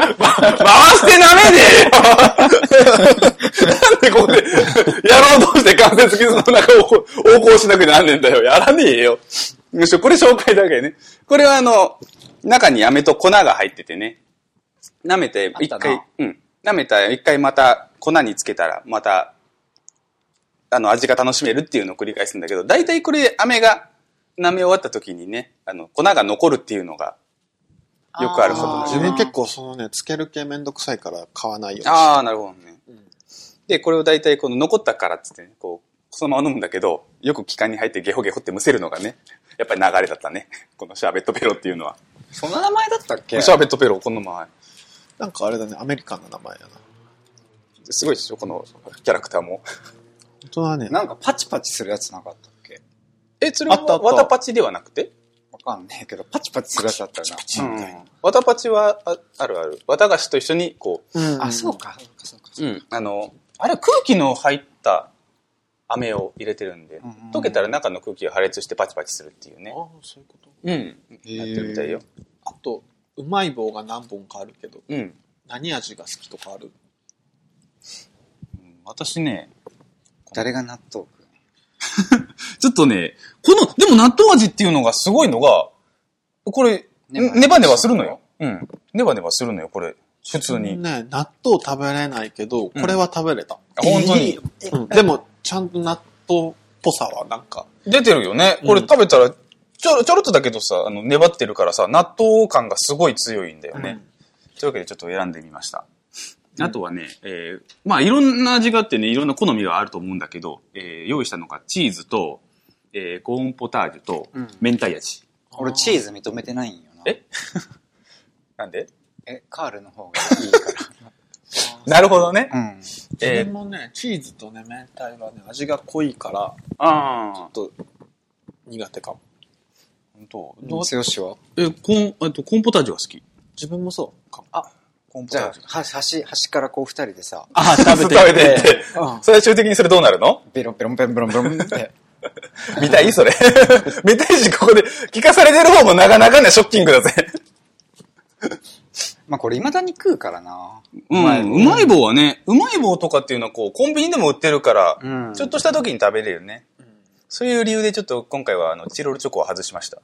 S1: して舐めねえよ なんでここで、やろうとして関節傷の中をこう横行しなくなんねえんだよ。やらねえよ。むしろこれ紹介だけね。これはあの、中に飴と粉が入っててね。舐めて、一
S2: あった
S1: 回
S2: な、
S1: うん。舐めたら一回また粉につけたら、また、あの、味が楽しめるっていうのを繰り返すんだけど、大体これ飴が舐め終わった時にね、あの、粉が残るっていうのが、よくあることなん
S2: あ
S1: で
S2: ー
S1: す
S3: 自
S1: ね
S3: 分結構そのね、つける系めんどくさいから買わないようにして
S1: ああ、なるほどね。
S3: うん
S1: で、これを大体この残ったからっつってね、こう、そのまま飲むんだけど、よく気管に入ってゲホゲホってむせるのがね、やっぱり流れだったね。このシャーベットペロっていうのは。
S2: そんな名前だったっけ
S1: シャーベットペロ、この前。
S3: なんかあれだね、アメリカンな名前やな。
S1: すごいでしょ、このキャラクターも。
S3: 本当だね。
S2: なんかパチパチするやつなかったっけ
S1: え、そ
S3: れはわた
S1: パチではなくて
S2: わかんねえけど、パチパチするやつだったよ
S1: う
S2: な。
S1: ん。わたパチは、ああるある。わた菓子と一緒に、こ
S3: うん
S2: あ、そう。か。そうか、そうか。
S1: う、うん。あの、あれは空気の入った飴を入れてるんで
S2: んうんうん、
S1: 溶けたら中の空気が破裂してパチパチするっていう
S3: あ
S1: ね
S3: あ。、そういうこと。
S1: うん。やってるみたいよ。
S3: あと、うまい棒が何本かあるけど、
S1: うん。
S3: 何味が好きとかある
S1: うん私ね、
S2: 誰が納豆食う
S1: ちょっとね、この、でも納豆味っていうのがすごいのが、これ、
S2: ネバネバ
S1: ネバネバするのよ。うん。ネバネバするのよ、これ。普通に。
S3: ね、納豆食べれないけど、これは食べれた。
S1: あ本当に。
S3: うんでも、ちゃんと納豆っぽさはなんか、
S1: 出てるよね。これ
S3: うん
S1: 食べたら、ちょろ、ちょろっとだけどさ、あの、粘ってるからさ、納豆感がすごい強いんだよね。というわけでちょっと選んでみました。あとはね、えーまあいろんな味があってね、いろんな好みがあると思うんだけど、えー用意したのがチーズと、えーコーンポタージュと
S2: うん、
S1: 明太味。
S2: 俺チーズ認めてないんよな。
S1: えなんで
S2: え、カールの方がいいか
S1: なるほどね。
S2: ら。うん。
S1: え
S3: 自
S1: ー
S3: 分もね、チーズとね、明太はね、味が濃いから、
S1: ああ。
S3: ちょっと苦手かも。
S1: 本当
S2: どうせよしは
S1: え、コーン、えっと、コーンポタージュが好き。
S3: 自分もそうかも。
S2: あ、
S1: コーンポ
S2: じ
S1: タ
S2: ゃ
S1: ー
S2: あ
S1: ジュ。、
S2: は端、端からこう二人でさ、
S1: ああ、 食べて食べてって。
S3: うん
S1: 最終的にそれどうなるの
S2: ベロンベロンベロンベロンベロンって。
S1: 見たいそれ。 見たいし、ここで聞かされてる方もなかなかね、ショッキングだぜ。
S2: まあこれ未だに食うからな。
S1: うん、うまい棒はね、うまい棒とかっていうのはこう、コンビニでも売ってるから、
S2: うん
S1: ちょっとした時に食べれるよね。そういう理由でちょっと今回はあの、チロルチョコを外しました。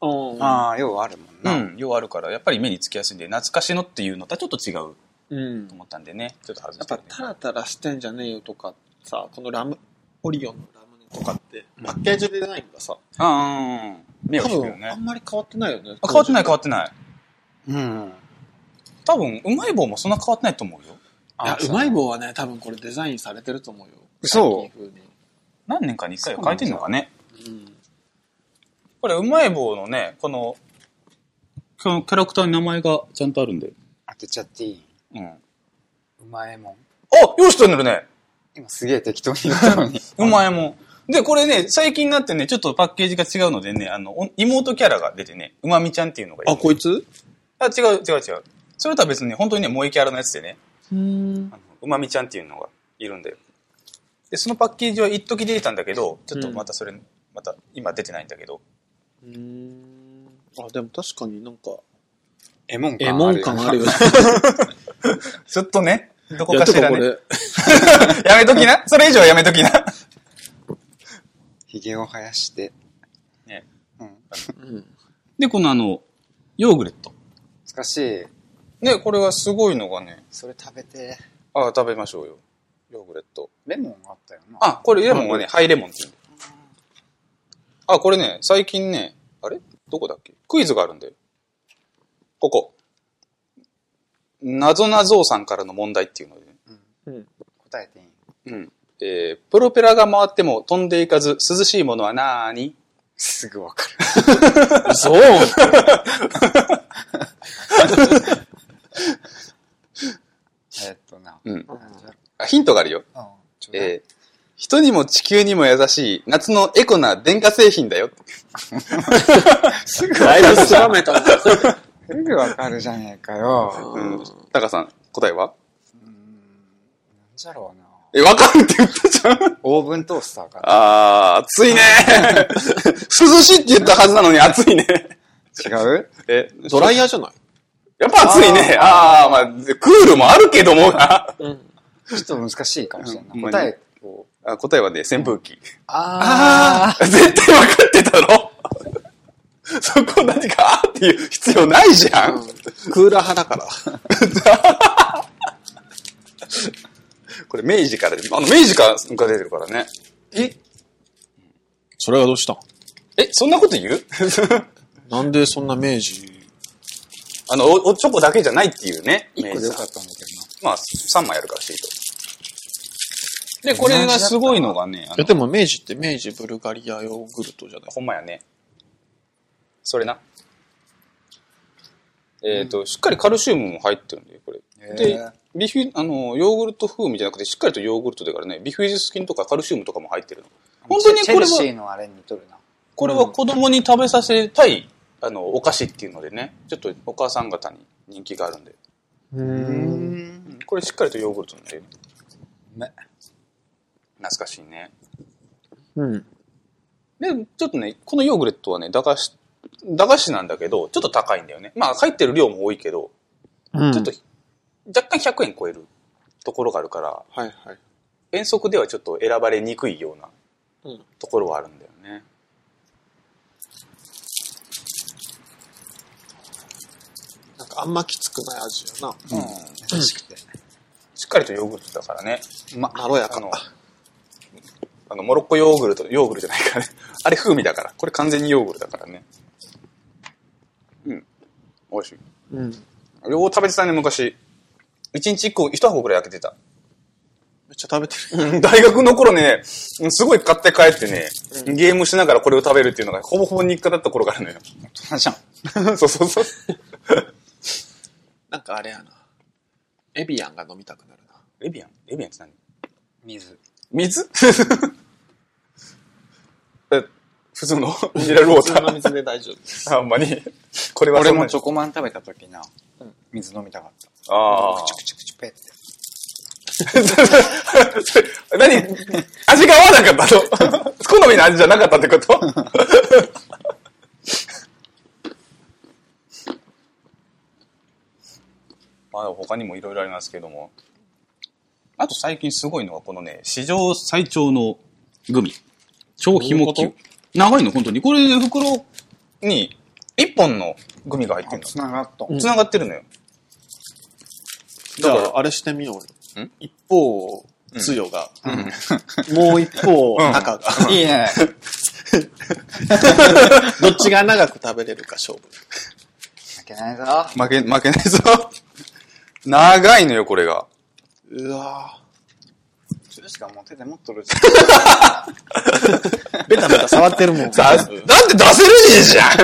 S3: うん
S2: ああ、ようあるもん
S1: う
S2: な。
S1: ん、要はあるから、やっぱり目につきやすいんで、懐かしのっていうのとはちょっと違う
S3: うん
S1: と。思ったんでね、ちょっと外し
S3: やってぱ
S1: るね、
S3: タラタラしてんじゃねえよとかさ、このラム、オリオンのラムネとかって、パッケージでないんださ、
S1: ああ、目を
S3: 多
S1: 引くよ
S3: 分あ
S1: ね。
S3: んまり変わってないよね。
S1: あ変わってない変
S3: わ
S1: わってない。
S2: うん。
S1: 多分、うまい棒もそんな変わってないと思うよ。
S3: い
S2: あ
S3: や、
S2: そう
S3: まい棒はね、多分これデザインされてると思うよ。
S2: 嘘
S3: 最近
S1: 何年かに一回は変えてんのかね。
S3: 風に。うん。
S1: これ、うまい棒のね、この、このキャラクターに名前がちゃんとあるんだよ。
S2: 当てちゃっていい
S1: うん。あ、
S2: うまいもん。
S1: よしとんねるね。
S2: 今すげえ適当に言ったのに。
S1: うまいもん。で、これね、最近になってね、ちょっとパッケージが違うのでね、あの、お妹キャラが出てね、うまみちゃんっていうのがいる
S3: あ、こいつ
S1: あ、違う違う違う。それとは別にね、本当にね、萌えキャラのやつでね、
S3: うん。
S1: あのうまみちゃんっていうのがいるんだよ。で、そのパッケージは一時出てたんだけど、ちょっとまたそれ、また今出てないんだけど。
S3: うん。あ、でも確かになんか、
S2: エモン
S3: え
S2: 感
S3: も
S2: あ
S3: ん
S2: る
S3: 感あるよね。
S1: ちょっとね、どこ
S3: いや
S1: か
S3: ちょっ
S1: し
S3: と
S1: ら
S3: こ
S1: ね。
S3: れ、
S1: やめときな。それ以上はやめと きな。
S2: ひげを生やして。
S1: ね
S2: うん。
S3: うん。
S1: で、このあの、ヨーグレット。
S2: 難しい。
S1: ね、これはすごいのがね、
S2: それ食べて。
S1: あ食べましょうよ。ヨーグレット。
S2: レモンがあったよな。
S1: あ、これレモンはね、ハイレモンっていう。あ、これね、最近ね、あれどこだっけクイズがあるんだよ。ここ。なぞなぞうさんからの問題っていうのでね。
S3: うん。
S2: 答えていい
S1: うん。えー、プロペラが回っても飛んでいかず涼しいものはなーに
S2: すぐわ かる。
S3: そう
S2: えーっとな。
S1: うん。
S2: なんだろう
S1: あヒントがあるよ。
S2: うん。ちょうだい
S1: えー、人にも地球にも優しい夏のエコな電化製品だよ。
S2: すぐ
S3: だいぶ定めたな。
S2: すぐわかるじゃねえか よ。
S1: うん。タカさん、答えは
S2: なんじゃろうな。
S1: え、わかるって言ったじゃん。
S2: オーブントースターかな。
S1: あー、暑いね。涼しいって言ったはずなのに暑いね。
S2: 違 う
S1: え、
S3: ドライヤーじゃない
S1: やっぱ暑いね。あー、まあ、クールもあるけどもな。
S3: うん。
S2: ちょっと難しいかもしれな
S1: う
S2: い。
S1: ん
S2: 答えを。
S1: あ答えはね、扇風機。
S2: あー。
S1: 絶対分かってたろ。そこ何か、あーっていう必要ないじゃん。
S3: クーラー派だから。
S1: これ明治からで、あの、明治から出てるからね。
S3: えそれはどうしたん
S1: え、そんなこと言う
S3: なんでそんな明治
S1: あの、おおチョコだけじゃないっていうね。
S2: 一個でよか
S1: 明治さん
S2: ったんだけど
S1: ま
S2: な。
S1: あ、3枚あるからシート。で、これがすごいのがね、あ
S3: いや、
S1: の
S3: でも明治って明治ブルガリアヨーグルトじゃない
S1: ほんまやね。それな。えっ、と、しっかりカルシウムも入ってるんで、これ。
S2: へ
S1: で
S2: ー、
S1: ビフィ、あの、ヨーグルト風味じゃなくて、しっかりとヨーグルトだからね、ビフィズス菌とかカルシウムとかも入ってるの。本当に
S2: チェ
S1: これ
S2: ルシ
S1: は、
S2: ーのあれに似とるな。
S1: これは子供に食べさせたい、あの、お菓子っていうのでね、ちょっとお母さん方に人気があるんで。
S3: う
S2: うーん。
S3: ん。
S1: これしっかりとヨーグルトになるよね
S2: ね。
S1: 懐かしいね。
S3: うん。
S1: で、ちょっとね、このヨーグレットはね、駄菓子、駄菓子なんだけど、ちょっと高いんだよね。まあ、入ってる量も多いけど、
S3: うん。
S1: ちょっと、若干100円超えるところがあるから、
S3: はいはい。
S1: 遠足ではちょっと選ばれにくいような
S3: うん
S1: ところはあるんだよね。
S3: なんかあんまきつくない味やな。
S2: うん。優しくて。
S1: しっかりとヨーグルトだからね。
S3: ま、まろや
S1: あ
S3: か
S1: の、あの、モロッコヨーグルト、ヨーグルトじゃないからね。 あれ風味だから。これ完全にヨーグルトだからね。うん。美味しい。
S3: うん。
S1: よう食べてたね、昔。一日一個、一箱くらい開けてた。
S3: めっちゃ食べてる。
S1: うん大学の頃ね、うんすごい買って帰ってね、ゲームしながらこれを食べるっていうのが、ほぼほぼ日課だった頃からのよ。
S2: 大人じゃん。
S1: そうそうそう。
S3: なんかあれやな。エビアンが飲みたくなるな。
S1: エビアンエビアンって何
S2: 水。
S1: 水 え普通 のミネラルウォータ
S3: 普通の水で大丈夫。
S1: ー。あんまり。これは
S2: 俺
S1: そんな
S2: もチョコマン食べた時な、水飲みたかった。
S1: ああ
S2: ク。チクチクチペって。
S1: 何味が合わなかったの 好みの味じゃなかったってこと まあ他にもいろいろありますけども。あと最近すごいのはこのね、史上最長のグミ。超ひも
S3: どういう
S1: き。長いの本当に。これ袋に1本のグミが入ってる
S2: つながった。
S1: の。繋がってるのよ。
S3: じゃあ、あれしてみようよ
S1: ん。
S3: 一方、つよが、もう一方、中が、
S2: いいね。
S3: どっちが長く食べれるか勝負。
S2: 負けないぞ。
S1: 負け、負けないぞ。長いのよ、これが。
S3: うわ
S1: それしかもう手で持っとる
S3: ぁベタベタ触ってるもん。
S1: だ、だって出せるじゃ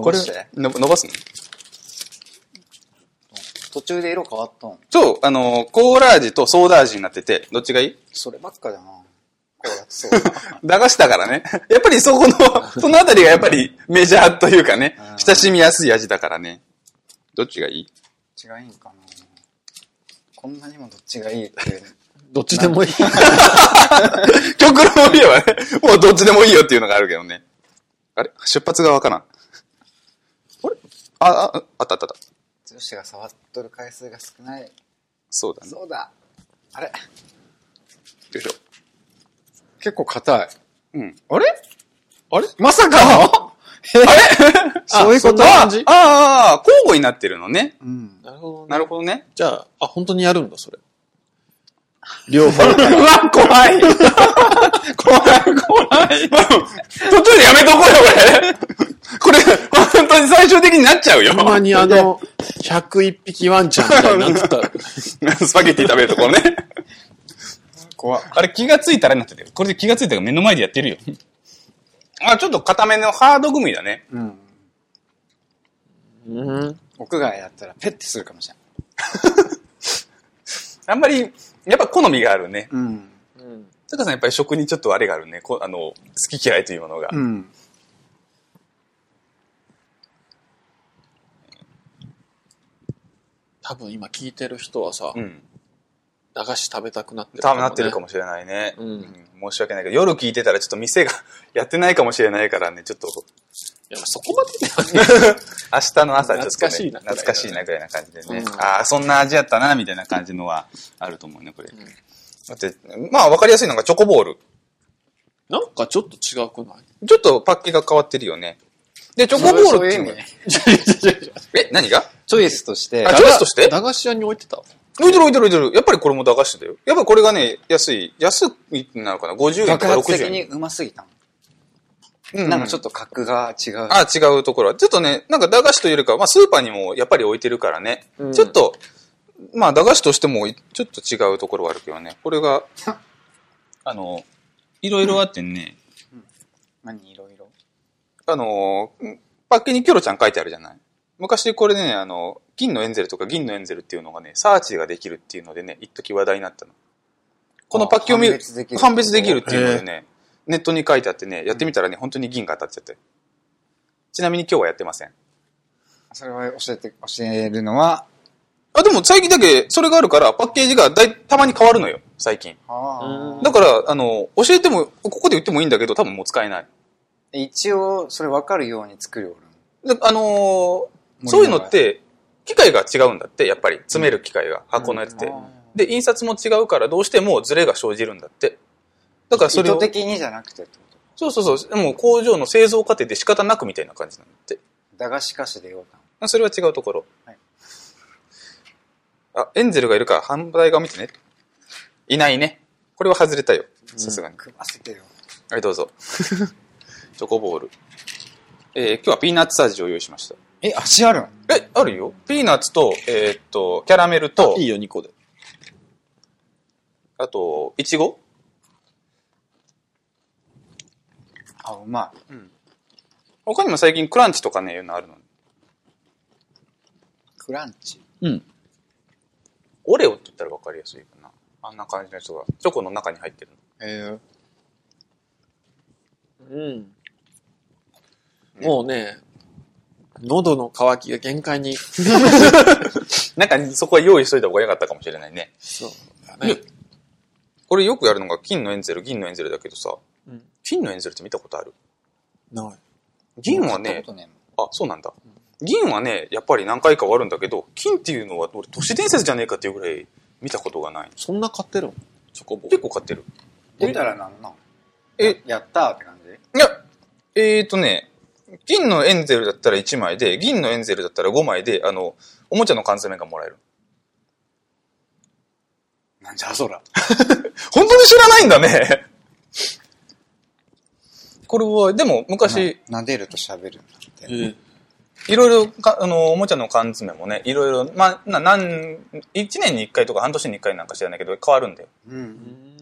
S1: ん
S4: これ
S1: の伸ばすの
S4: 途中で色変わったん
S1: そう、あの、コーラ味とソーダ味になってて、どっちがいい
S4: そればっかだな。こうやってそうだ。
S1: 駄菓子だからね。 やっぱりそこ の、そのあたりがやっぱりメジャーというかね、親しみやすい味だからね。どっちがいい
S4: 違いんかな。こんなにもどっちがいいって。
S3: どっちでもいい。
S1: 極論を言えばね、もうどっちでもいいよっていうのがあるけどね。あれ出発側かなあれあ、あ、ああったあったあった。
S4: 女子が触っとる回数が少ない。
S1: そうだね。
S4: そうだ。あれ
S1: よいしょ。
S2: 結構硬い。
S1: うん。
S2: あれあれまさかのえそういうこと
S3: あ
S1: あ
S3: そんな感じ
S1: あー、交互になってるのね。
S2: うん。
S3: なるほどね。
S1: なるほどね。
S3: じゃあ、あ、本当にやるんだ、そ れ。両方。
S1: うわ、怖 い怖い、怖い。途中でやめとこうよ、これ。これ、本当に最終的になっちゃうよ。
S3: ほんまにあの、101匹ワンちゃんみたいになってたら。
S1: スパゲッティ食べるところね。怖あれ気がついたらになってて、これで気がついたら目の前でやってるよ。あ、ちょっと固めのハードグミだね。
S4: うん。
S3: うん。
S4: 屋外だったらペッてするかもしれない。
S1: あんまり、やっぱ好みがあるね。
S4: うん。
S3: うん。
S1: タカさんやっぱり食にちょっとあれがあるね。こあの、好き嫌いというものが。
S4: うん。
S3: 多分今聞いてる人はさ、
S1: うん。
S3: 駄菓子食べたくなってる
S1: 多
S3: か
S1: 分
S3: もね
S1: なってるかもしれないね。
S3: うん
S1: 申し訳ないけど、夜聞いてたらちょっと店が やってないかもしれないからね、ちょっと、
S3: いや、そこまでではね
S1: 明日の朝ちょっと、ね、
S3: 懐かしいな
S1: 懐かしいなぐらいな感じでね。
S3: うん
S1: ああ、そんな味やったな、みたいな感じのはあると思うね、これ。
S3: ん
S1: だって、まあわかりやすいのがチョコボール。
S3: なんかちょっと違くない
S1: ちょっとパッケが変わってるよね。で、チョコボールっていうのはえ、何が
S4: チョイスとして
S1: あ、、チョイスとして
S3: 駄菓子屋に置いてた
S1: 置いてる置いてる置いてる。やっぱりこれも駄菓子だよ。やっぱりこれがね、安い。安いなのかな ?50 円と
S4: 爆
S1: か
S4: 発
S1: 60
S4: 的
S1: 円。
S4: にうますぎたもん。
S1: うん
S4: なんかちょっと格が違う。
S1: あ、違うところは。ちょっとね、なんか駄菓子というよりかは、まあスーパーにもやっぱり置いてるからね。
S3: うん
S1: ちょっと、まあ駄菓子としてもちょっと違うところはあるけどね。これ が、あの、いろいろあってね、
S4: 何いろいろ。
S1: あの、パッケにキョロちゃん書いてあるじゃない。昔これね、あの、銀のエンゼルとか銀のエンゼルっていうのがね、サーチができるっていうのでね、一時話題になったの。このパッケを見る
S4: 判別でき、る
S1: 判別できるっていうのでね、ネットに書いてあってね、やってみたらね、本当に銀が当たっちゃって。ちなみに今日はやってません。
S4: それは教えて、教えるのは、
S1: あ、でも最近だけ、それがあるから、パッケージがだいたまに変わるのよ、最近。
S4: あ
S1: だから、あの、教えても、ここで言ってもいいんだけど、多分もう使えない。
S4: ー一応、それ分かるように作るよ。
S1: であのーそういうのって、機械が違うんだって、やっぱり。詰める機械が、箱のやつって。
S4: うん
S1: で、印刷も違うから、どうしてもズレが生じるんだって。だから
S4: 意
S1: それ
S4: 図
S1: を、
S4: 的にじゃなくてってこと
S1: そうそうそう、もう工場の製造過程で仕方なくみたいな感じなんだって。
S4: 駄菓子菓子でようか
S1: あそれは違うところ。
S4: はい
S1: あ、エンゼルがいるから、販売側見てね。いないね。これは外れたよ。さすがに。
S4: 組ませてよ。
S1: はい、どうぞ。 チョコボール。えー今日はピーナッツ味を用意しました。
S4: え、足あるの
S1: え、あるよ。ピーナッツと、えーっと、キャラメルと
S3: い、いよ、2個で。
S1: あと、いちご
S4: あ、うまい。
S1: 他にも最近クランチとかね、いうのあるの。
S4: クランチ。
S3: うん。
S1: オレオって言ったら分かりやすいかな。あんな感じのやつが、チョコの中に入ってるの。
S4: え
S3: うん。もうね、喉の渇きが限界 に。
S1: なんか、そこは用意しといた方が良かったかもしれないね。
S3: そうだね。
S1: これよくやるのが、金のエンゼル、銀のエンゼルだけどさ、
S3: うん
S1: 金のエンゼルって見たことある
S3: ない。
S1: 銀はね、あ、そうなんだ。銀はね、やっぱり何回かはあるんだけど、金っていうのは俺都市伝説じゃねえかっていうぐらい見たことがない。
S3: そんな買ってるのチョコボー
S1: 結
S3: ル。
S1: 構買ってる。
S4: 出たらなんなん
S1: え、
S4: やったーって感じ
S1: いや、えーとね、銀のエンゼルだったら1枚で、銀のエンゼルだったら5枚で、あの、おもちゃの缶詰がもらえる。
S4: なんじゃそら。
S1: 本当に知らないんだね。これは、でも昔、
S4: な撫でると喋るんだって。
S3: ええ
S1: いろいろか、あの、おもちゃの缶詰もね、いろいろ、まあ、な、なん、一年に一回とか半年に一回なんか知らないけど、変わるんだよ。
S4: うん。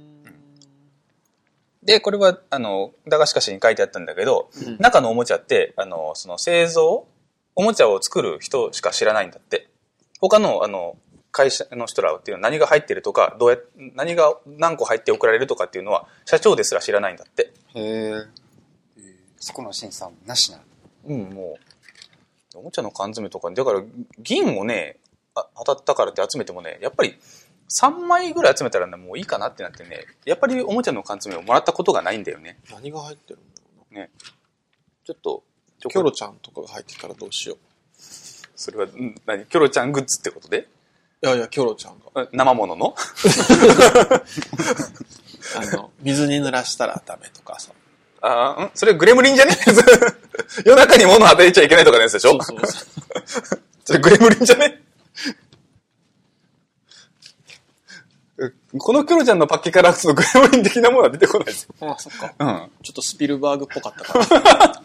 S1: で、これは、あの、駄菓子菓子に書いてあったんだけど、
S3: うん
S1: 中のおもちゃって、あの、その製造、おもちゃを作る人しか知らないんだって。他の、あの、会社の人らっていうのは何が入ってるとか、どうや、何が何個入って送られるとかっていうのは、社長ですら知らないんだって。
S2: へえ。
S4: そこの審査もなしな。
S1: うん、もう。おもちゃの缶詰とか、だから、銀をね、あ当たったからって集めてもね、やっぱり、3枚ぐらい集めたらね、もういいかなってなってね、やっぱりおもちゃの缶詰をもらったことがないんだよね。
S3: 何が入ってるんだろうな
S1: ちょっと、
S3: キョロちゃんとかが入ってたらどうしよ
S1: それは、ん何キョロちゃんグッズってことで
S3: ういやいやキョロちゃんが
S1: あ生物の
S3: あの 水に濡らしたらダメとかさ
S1: ああ、んそれグレムリンじゃね 夜中に物を与えちゃいけないとかのやつでしょ
S3: そうそうそう
S1: それグレムリンじゃね このキョロちゃんのパッケからそのグレムリン的なものは出てこないです。
S3: あそっか
S1: うん。
S3: ちょっとスピルバーグっぽかったから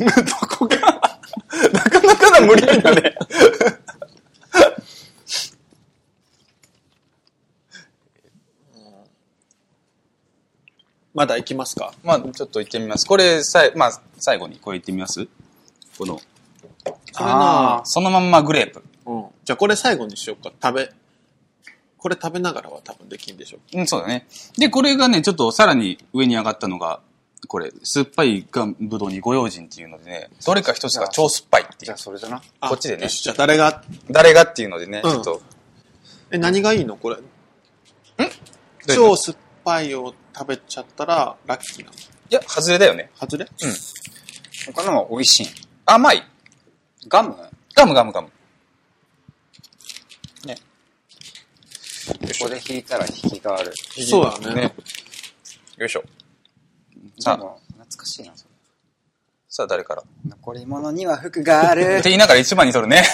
S1: どこか、なかなかな無理やりだね。
S3: まだ行きますか
S1: まあちょっと行ってみます。これ、さい、まあ最後にこれ行ってみますこの、
S3: これな
S1: そのまんまグレープ。
S3: うんじゃあこれ最後にしようか食べこれ食べながらは多分できんでしょ
S1: うん、そうだね。で、これがね、ちょっとさらに上に上がったのが、これ、酸っぱいがんぶどうにご用心っていうのでね、どれか一つが超酸っぱいってい
S4: じゃ
S1: う
S4: あ。それだな。
S3: あ
S1: こっちでね
S3: よしじゃあ誰が
S1: 誰がっていうのでね、
S3: うん
S1: ちょっと。
S3: え何がいいのこれ
S1: どういうの
S3: 超酸っぱいを食べちゃったらラッキーなの
S1: いや、外れだよね。
S3: 外れ
S4: 他のは美味しい。
S1: 甘い。
S4: ガム
S1: ガムガムガム。
S4: ここで引いたら引きがある。
S3: そうだね
S1: ねよいしょ。
S4: な
S1: さ
S4: ん
S1: あ、
S4: か懐かしいな、それ。
S1: さあ誰から。っ
S4: 残り物には服がある
S1: て。言いながら一番に取るね。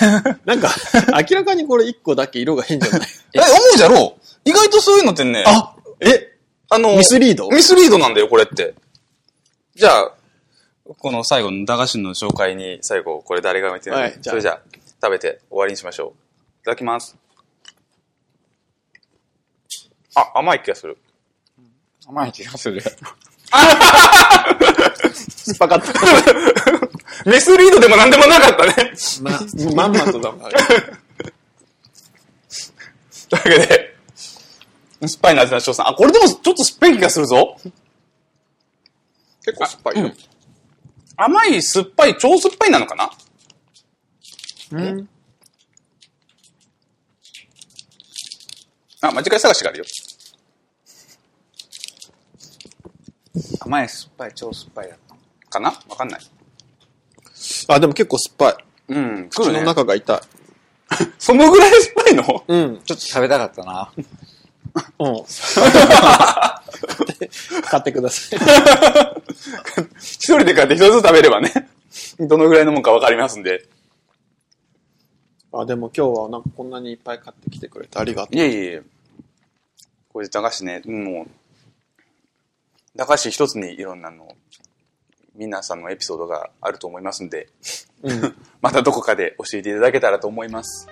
S3: なんか 明らかにこれ一個だけ色が変じゃない
S1: え、思うじゃろう意外とそういうのってね、
S3: あえ
S1: あの
S3: ミスリード
S1: ミスリードなんだよ、これって。じゃあ、この最後の駄菓子の紹介に、最後、これ誰が見てるの、
S3: はいじゃあ
S1: それじゃあ、食べて終わりにしましょう。いただきます。あ、甘い気がする。
S4: 甘い気がする。
S3: 酸っぱかった
S1: ミスリードでもなんでもなかったね。
S3: ま、まんまとだもん。あれ
S1: というわけで、酸っぱいな味の翔さん。あ、これでもちょっと酸っぱい気がするぞ。
S3: 結構酸っぱいよ。
S1: 甘い、酸っぱい、超酸っぱいなのかな
S3: うん。
S1: あ、間違い探しがあるよ。
S4: 甘い、酸っぱい、超酸っぱいだった。
S1: かなわかんない。
S3: あ、でも結構酸っぱい。
S1: うん、来
S3: 口
S1: る
S3: の
S1: ね。
S3: 中が痛い。
S1: そのぐらい酸っぱいの
S3: うん。
S4: ちょっと食べたかったな。
S3: うん。買ってください。
S1: 一人で買って一つずつ食べればね、 どのぐらいのもんかわかりますんで。
S3: あ、でも今日はなんかこんなにいっぱい買ってきてくれてありがと
S1: いえいえ。これ駄菓子ね、もう、駄菓子一つにいろんなの、皆さんのエピソードがあると思いますんで、
S3: う。うん。
S1: またどこかで教えていただけたらと思います。